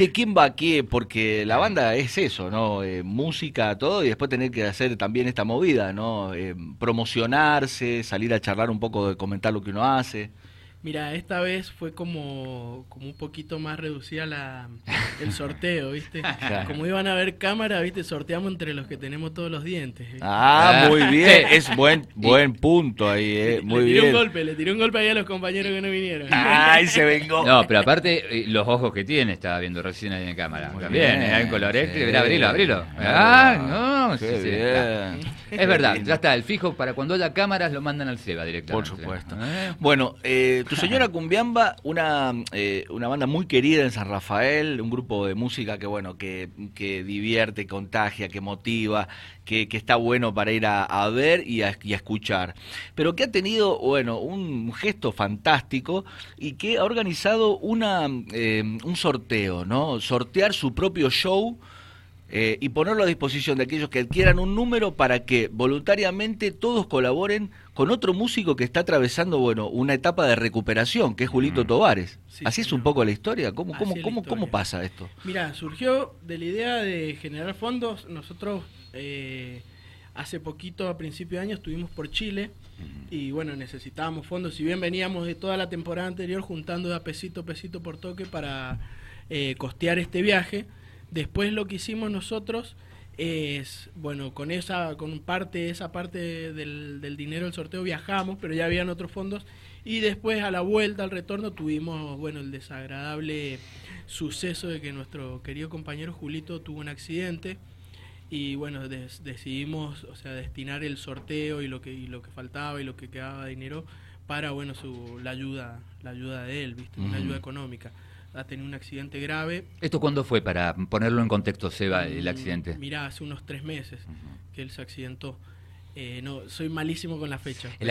¿De quién va a qué? Porque la banda es eso, ¿no? Eh, música, todo, y después tener que hacer también esta movida, ¿no? Eh, promocionarse, salir a charlar un poco, de comentar lo que uno hace. Mira, esta vez fue como, como un poquito más reducida la, el sorteo, ¿viste? Claro. Como iban a haber cámara, ¿viste? Sorteamos entre los que tenemos todos los dientes. ¿viste? Ah, Ah. muy bien, es buen buen punto ahí, eh, Le- muy le tiré bien. Ah. un golpe, le tiré un golpe ahí a los compañeros que no vinieron. Ay, se vengó. No, pero aparte, eh, los ojos que tiene, estaba viendo recién ahí en cámara. Muy También, bien, eh, ahí con la oreja. sí. Mirá, abrilo, abrilo. Ah, Ah, no, sí, qué sí, está. bien. Qué Es verdad, lindo. ya está, el fijo para cuando haya cámaras lo mandan al Seba directamente. Por supuesto. ¿Eh? Bueno, eh, tu señora Cumbiamba, una, eh, una banda muy querida en San Rafael, un grupo de música que bueno, que, que divierte, contagia, que motiva, que, que está bueno para ir a, a ver y a, y a escuchar. Pero que ha tenido, bueno, un gesto fantástico y que ha organizado una, eh, un sorteo, ¿no? Sortear su propio show. eh, y ponerlo a disposición de aquellos que adquieran un número para que voluntariamente todos colaboren con otro músico que está atravesando, bueno, una etapa de recuperación, que es Julito Tovares. Mm. Sí, Así es un señor. poco la historia. ¿Cómo, cómo, Así es la cómo, cómo historia. pasa esto? Mira, surgió de la idea de generar fondos. Nosotros eh, hace poquito, a principio de año, estuvimos por Chile y bueno, necesitábamos fondos. Si bien veníamos de toda la temporada anterior juntando de a pesito, pesito por toque para eh, costear este viaje, después lo que hicimos nosotros es, bueno, con esa con parte esa parte del, del dinero del sorteo viajamos, pero ya habían otros fondos y después a la vuelta, al retorno, tuvimos, bueno, el desagradable suceso de que nuestro querido compañero Julito tuvo un accidente y bueno, des- decidimos, o sea, destinar el sorteo y lo que y lo que faltaba y lo que quedaba de dinero para bueno, su la ayuda, la ayuda de él, ¿viste? Una Ujú. ayuda económica. Ha tenido un accidente grave. ¿Esto cuándo fue para ponerlo en contexto, Seba, el Mm, accidente? Mirá, hace unos tres meses que él se accidentó. Eh, no, soy malísimo con la fecha. ¿El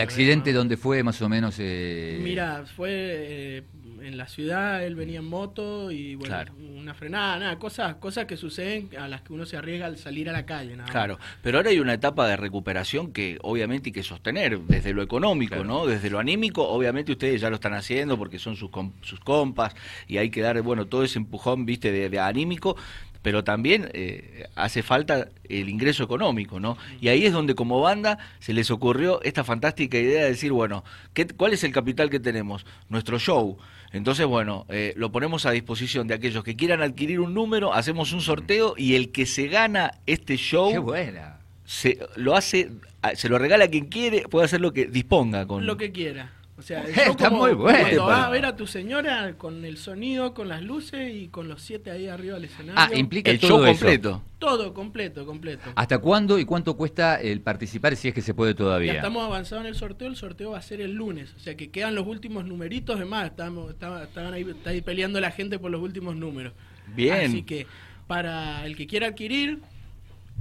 donde accidente dónde fue más o menos? eh? Mira, fue eh, en la ciudad, él venía en moto y bueno, Claro. una frenada, nada, cosas, cosas que suceden a las que uno se arriesga al salir a la calle, nada. más. Claro, pero ahora hay una etapa de recuperación que obviamente hay que sostener desde lo económico, ¿no? Desde lo anímico, obviamente ustedes ya lo están haciendo porque son sus, com- sus compas y hay que dar, bueno, todo ese empujón, viste, de, de anímico, pero también eh, hace falta el ingreso económico, ¿no? Y ahí es donde como banda se les ocurrió esta fantástica idea de decir, bueno, ¿qué, ¿cuál es el capital que tenemos? Nuestro show. Entonces, bueno, eh, lo ponemos a disposición de aquellos que quieran adquirir un número, hacemos un sorteo y el que se gana este show ¡Qué buena! se lo hace, a- se lo regala a quien quiere, puede hacer lo que disponga con Lo que quiera. O sea, Está yo como- muy bueno. Cuando vas a Para- ver a tu señora con el sonido, con las luces y con los siete ahí arriba del escenario. Ah, implica Ah, el todo show eso. completo. Todo completo, completo. ¿Hasta cuándo y cuánto cuesta el participar si es que se puede Ya todavía? estamos avanzados en el sorteo, el sorteo va a ser el lunes, o sea que quedan los últimos numeritos, es más, estamos, está- estaban ahí, está ahí peleando la gente por los últimos números. Bien. Así que para el que quiera adquirir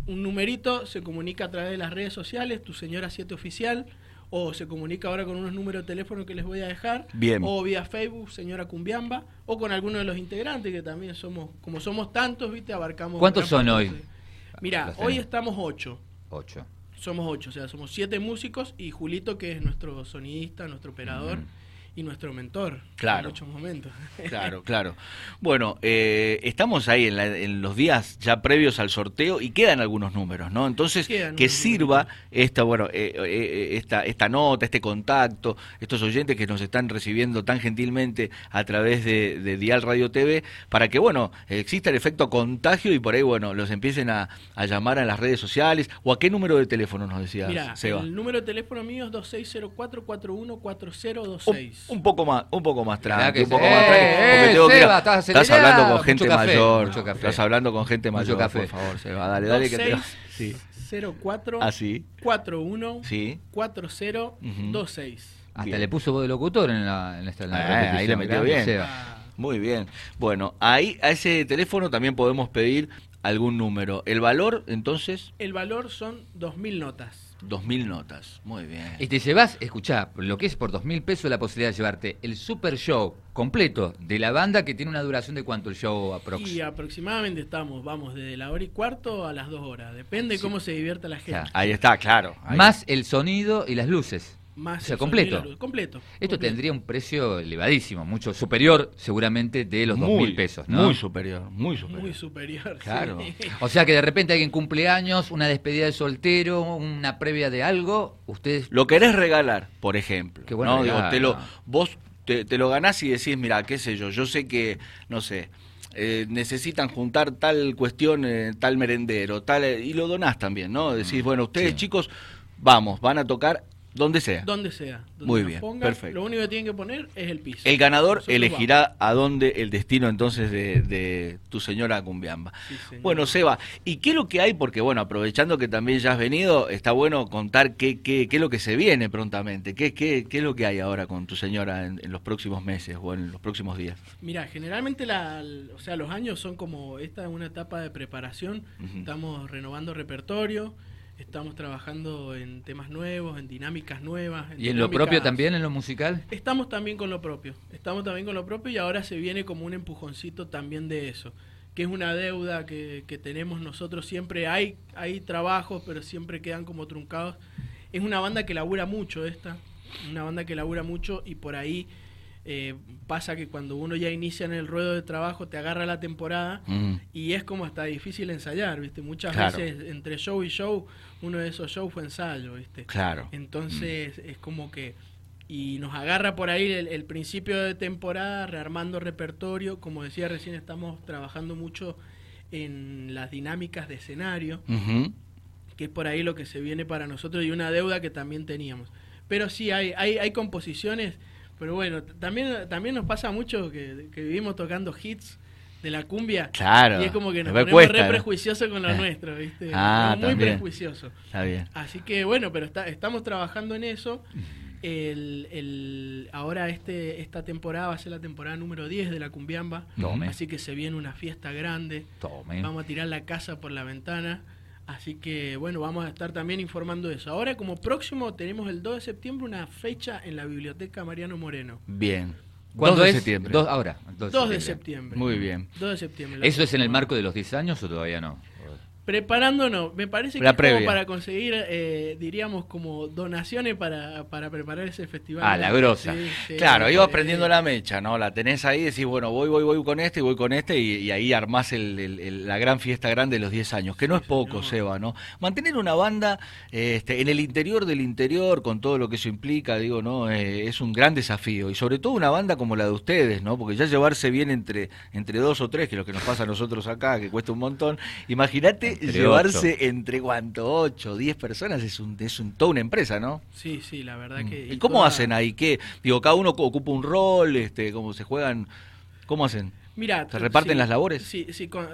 un numerito, se comunica a través de las redes sociales, tu señora 7 oficial, o se comunica ahora con unos números de teléfono que les voy a dejar, Bien. o vía Facebook, señora Cumbiamba, o con alguno de los integrantes que también somos, como somos tantos, viste, abarcamos. ¿Cuántos gran son hoy? porcentaje. Mira, Los hoy tenés. estamos ocho. Ocho. Somos ocho, o sea, somos siete músicos y Julito, que es nuestro sonidista, nuestro operador Ujú. y nuestro mentor. Claro. En muchos momentos. Claro, claro. Bueno, eh, estamos ahí en, la- en los días ya previos al sorteo y quedan algunos números, ¿no? Entonces, Quedan que unos sirva números. esta, bueno, eh, eh, esta, esta nota, este contacto, estos oyentes que nos están recibiendo tan gentilmente a través de, de Dial Radio TV, para que, bueno, exista el efecto contagio y por ahí, bueno, los empiecen a, a llamar a las redes sociales o a qué número de teléfono nos decías, Mira, Seba. el número de teléfono mío es 2604-414026. Un, un poco más, un poco más Claro tranqui, que un poco sí. más tranqui, Eh, porque eh, tengo que ir a- Seba, estás acelerado. hablando con Mucho gente café, mayor, mucho café. estás hablando con gente Mucho mayor, café. por favor, Seba, dale, dale que te- sí. Así, 41 sí. 4026. Hasta Bien. le puso voz de locutor en, la, en esta en la Ah, repetición. ahí le metió Grande, bien. Seba. Ah, Muy bien. Bueno, ahí a ese teléfono también podemos pedir algún número. El valor, entonces, El valor son 2000 notas. 2000 notas. Muy bien. Y te llevas, escuchá, lo que es por dos mil pesos la posibilidad de llevarte el super show completo de la banda que tiene una duración de cuánto el show aprox. Y aproximadamente estamos, vamos, desde la hora y cuarto a las dos horas. Depende cómo se divierta la gente. Claro. Ahí está, claro. ahí. Más el sonido y las luces. más O sea, el sonido completo. y la luz. Completo. Esto completo. tendría un precio elevadísimo, mucho superior seguramente de los dos Muy, mil pesos, ¿no? Muy superior, muy superior. Muy superior. sí. Claro. o sea que de repente alguien cumple años, una despedida de soltero, una previa de algo, ustedes Lo querés regalar, por ejemplo. Qué bueno ¿no? Digo, regalo. te lo, vos te, te lo ganás y decís, mira, qué sé yo, yo sé que, no sé, eh, necesitan juntar tal cuestión, eh, tal merendero, tal, eh, y lo donás también, ¿no? Decís, bueno, ustedes Mm, sí. chicos, vamos, van a tocar donde sea. Donde sea. Donde Muy nos bien, pongan, perfecto. Lo único que tienen que poner es el piso. El ganador Nosotros elegirá a dónde el destino entonces de, de tu señora Cumbiamba. Sí, señor. bueno, Seba, ¿y qué es lo que hay? Porque bueno, aprovechando que también ya has venido, está bueno contar qué, qué, qué es lo que se viene prontamente, qué, qué, qué es lo que hay ahora con tu señora en, en los próximos meses o en los próximos días. Mira, generalmente la, o sea, los años son como esta es una etapa de preparación. Ujú. Estamos renovando repertorio, estamos trabajando en temas nuevos, en dinámicas nuevas. y en lo dinámicas- propio también en lo musical. Estamos también con lo propio. Estamos también con lo propio y ahora se viene como un empujoncito también de eso, que es una deuda que, que tenemos nosotros. Siempre hay hay trabajos, pero siempre quedan como truncados. Es una banda que labura mucho esta, una banda que labura mucho y por ahí eh, pasa que cuando uno ya inicia en el ruedo de trabajo te agarra la temporada Mm. y es como hasta difícil ensayar, ¿viste? Muchas Claro. veces entre show y show, uno de esos shows fue ensayo, ¿viste? Claro. Entonces es como que... Y nos agarra por ahí el, el principio de temporada, rearmando repertorio. Como decía recién, estamos trabajando mucho en las dinámicas de escenario, Ujú. que es por ahí lo que se viene para nosotros y una deuda que también teníamos. Pero sí, hay, hay, hay composiciones, pero bueno, t- también, también nos pasa mucho que, que vivimos tocando hits de la cumbia. Claro. Y es como que nos Me ponemos cuesta, re ¿no? prejuiciosos con lo Eh. nuestro, ¿viste? Ah, muy también. prejuicioso. Está bien. Así que bueno, pero está- estamos trabajando en eso. El, el- ahora este, esta temporada va a ser la temporada número 10 de la Cumbiamba. Tome, Así que se viene una fiesta grande. tome. Vamos a tirar la casa por la ventana. Así que bueno, vamos a estar también informando de eso. Ahora como próximo tenemos el 2 de septiembre una fecha en la biblioteca Mariano Moreno. Bien. ¿Cuándo 2 de es? septiembre. Dos- ahora. 2 de septiembre. Muy bien. 2 de septiembre. la ¿Eso es en el próxima. marco de los 10 años o todavía no? Preparándonos, me parece que La es como previa. para conseguir, eh, diríamos, como donaciones para, para preparar ese festival. Ah, la grosa. Claro, ibas sí. prendiendo la mecha, ¿no? La tenés ahí, decís, bueno, voy, voy, voy con este y voy con este, y, y ahí armás el- el- el- la gran fiesta grande de los 10 años, que no Sí, es poco, señor. Seba, ¿no? Mantener una banda este, en el interior del interior, con todo lo que eso implica, digo, ¿no? Eh, es un gran desafío, y sobre todo una banda como la de ustedes, ¿no? Porque ya llevarse bien entre, entre dos o tres, que es lo que nos pasa a nosotros acá, que cuesta un montón, imagínate Entre llevarse entre, ¿cuánto? 8, 10 personas, es, un, es un, toda una empresa, ¿no? Sí, sí, la verdad que... Mm. ¿Y cómo toda- hacen ahí? ¿Qué? Digo, cada uno ocupa un rol, este, cómo se juegan, ¿cómo hacen? Mira, ¿Se reparten sí, las labores? Sí, sí, con-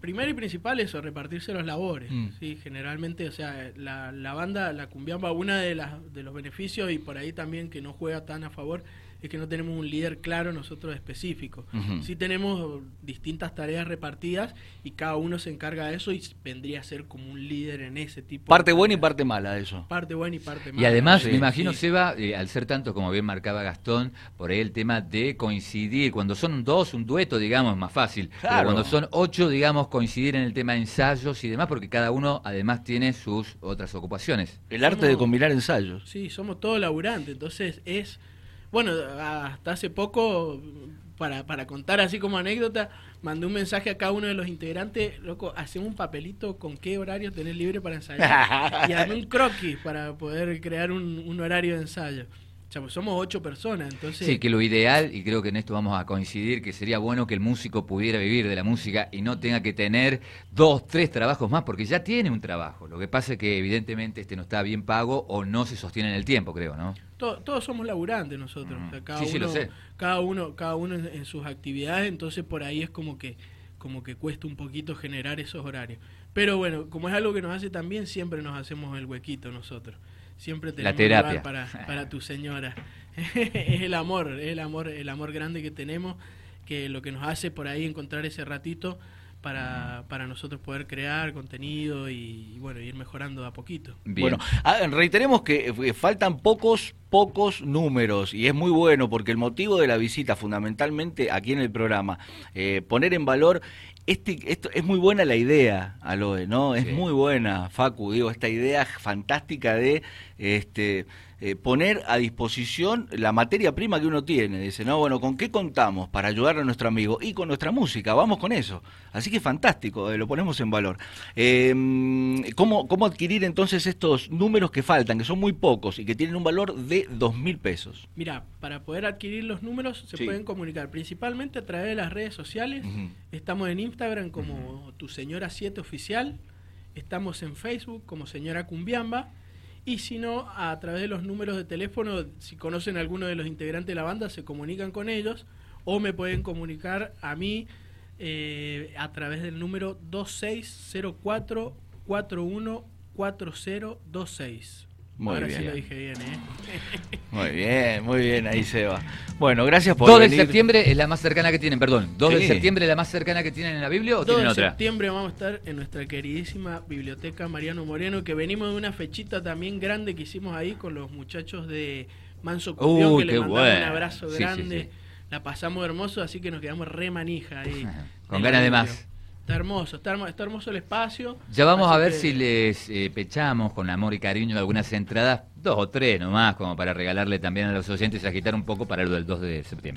primero y principal eso, repartirse los labores. Mm. Sí, generalmente, o sea, la, la banda, la cumbiamba, una de las de los beneficios y por ahí también que no juega tan a favor es que no tenemos un líder claro nosotros específico. Ujú. Sí tenemos distintas tareas repartidas y cada uno se encarga de eso y vendría a ser como un líder en ese tipo. de Parte buena y tareas. parte mala de eso. parte buena y parte mala. Y además, Sí, me imagino, Sí. Seba, eh, al ser tanto, como bien marcaba Gastón, por ahí el tema de coincidir. Cuando son dos, un dueto, digamos, es más fácil. Claro. Pero cuando son ocho, digamos, coincidir en el tema de ensayos y demás, porque cada uno además tiene sus otras ocupaciones. El arte Somos- de combinar ensayos. Sí, somos todos laburantes, entonces es... Bueno, hasta hace poco, para, para contar así como anécdota, mandé un mensaje a cada uno de los integrantes, loco, hacemos un papelito con qué horario tenés libre para ensayar. y armé un croquis para poder crear un, un horario de ensayo. O sea, pues somos ocho personas, entonces... Sí. que lo ideal, y creo que en esto vamos a coincidir, que sería bueno que el músico pudiera vivir de la música y no tenga que tener dos, tres trabajos más, porque ya tiene un trabajo. Lo que pasa es que evidentemente este no está bien pago o no se sostiene en el tiempo, creo, ¿no? To- todos somos laburantes nosotros. Mm. o sea, cada, Sí, uno, sí, lo sé. cada uno, cada uno en, en sus actividades, entonces por ahí es como que, como que cuesta un poquito generar esos horarios. Pero bueno, como es algo que nos hace también, siempre nos hacemos el huequito nosotros. Siempre tenemos un terapia. lugar para, para tu señora. es el amor, es el amor, el amor grande que tenemos, que lo que nos hace por ahí encontrar ese ratito Mm. para, para nosotros poder crear contenido y, y bueno, ir mejorando de a poquito. Bien. Bueno, ah, reiteremos que eh, faltan pocos, pocos números y es muy bueno porque el motivo de la visita, fundamentalmente aquí en el programa, eh, poner en valor este, esto es muy buena la idea, Aloe, ¿no? Es Sí. muy buena, Facu, digo, esta idea fantástica de este eh, poner a disposición la materia prima que uno tiene. Dice, no, bueno, ¿con qué contamos para ayudar a nuestro amigo? Y con nuestra música, vamos con eso. Así que fantástico, eh, lo ponemos en valor. Eh, ¿cómo, ¿Cómo adquirir entonces estos números que faltan, que son muy pocos y que tienen un valor de dos mil pesos? Mira, para poder adquirir los números se Sí. pueden comunicar principalmente a través de las redes sociales. Ujú. Estamos en Instagram como tu señora 7 oficial. Estamos en Facebook como señora Cumbiamba. Y si no, a través de los números de teléfono, si conocen a alguno de los integrantes de la banda, se comunican con ellos o me pueden comunicar a mí eh, a través del número 2604 414026. Muy Ahora sí bien. lo dije bien, ¿eh? Muy bien, muy bien, ahí se va. Bueno, gracias por 2 de venir. septiembre es la más cercana que tienen, perdón. 2 Sí. de septiembre es la más cercana que tienen en la Biblia o 2 tienen de otra. septiembre vamos a estar en nuestra queridísima biblioteca Mariano Moreno, que venimos de una fechita también grande que hicimos ahí con los muchachos de Manso Cumbión, Uy, que le qué mandamos un bueno. abrazo Sí, sí, grande. sí. La pasamos hermoso, así que nos quedamos re manija ahí. Ajá, con ganas de más. Está hermoso, está hermoso, está hermoso el espacio. Ya vamos así a ver que- si les eh, pechamos con amor y cariño algunas entradas, dos o tres nomás, como para regalarle también a los oyentes y agitar un poco para lo del 2 de septiembre.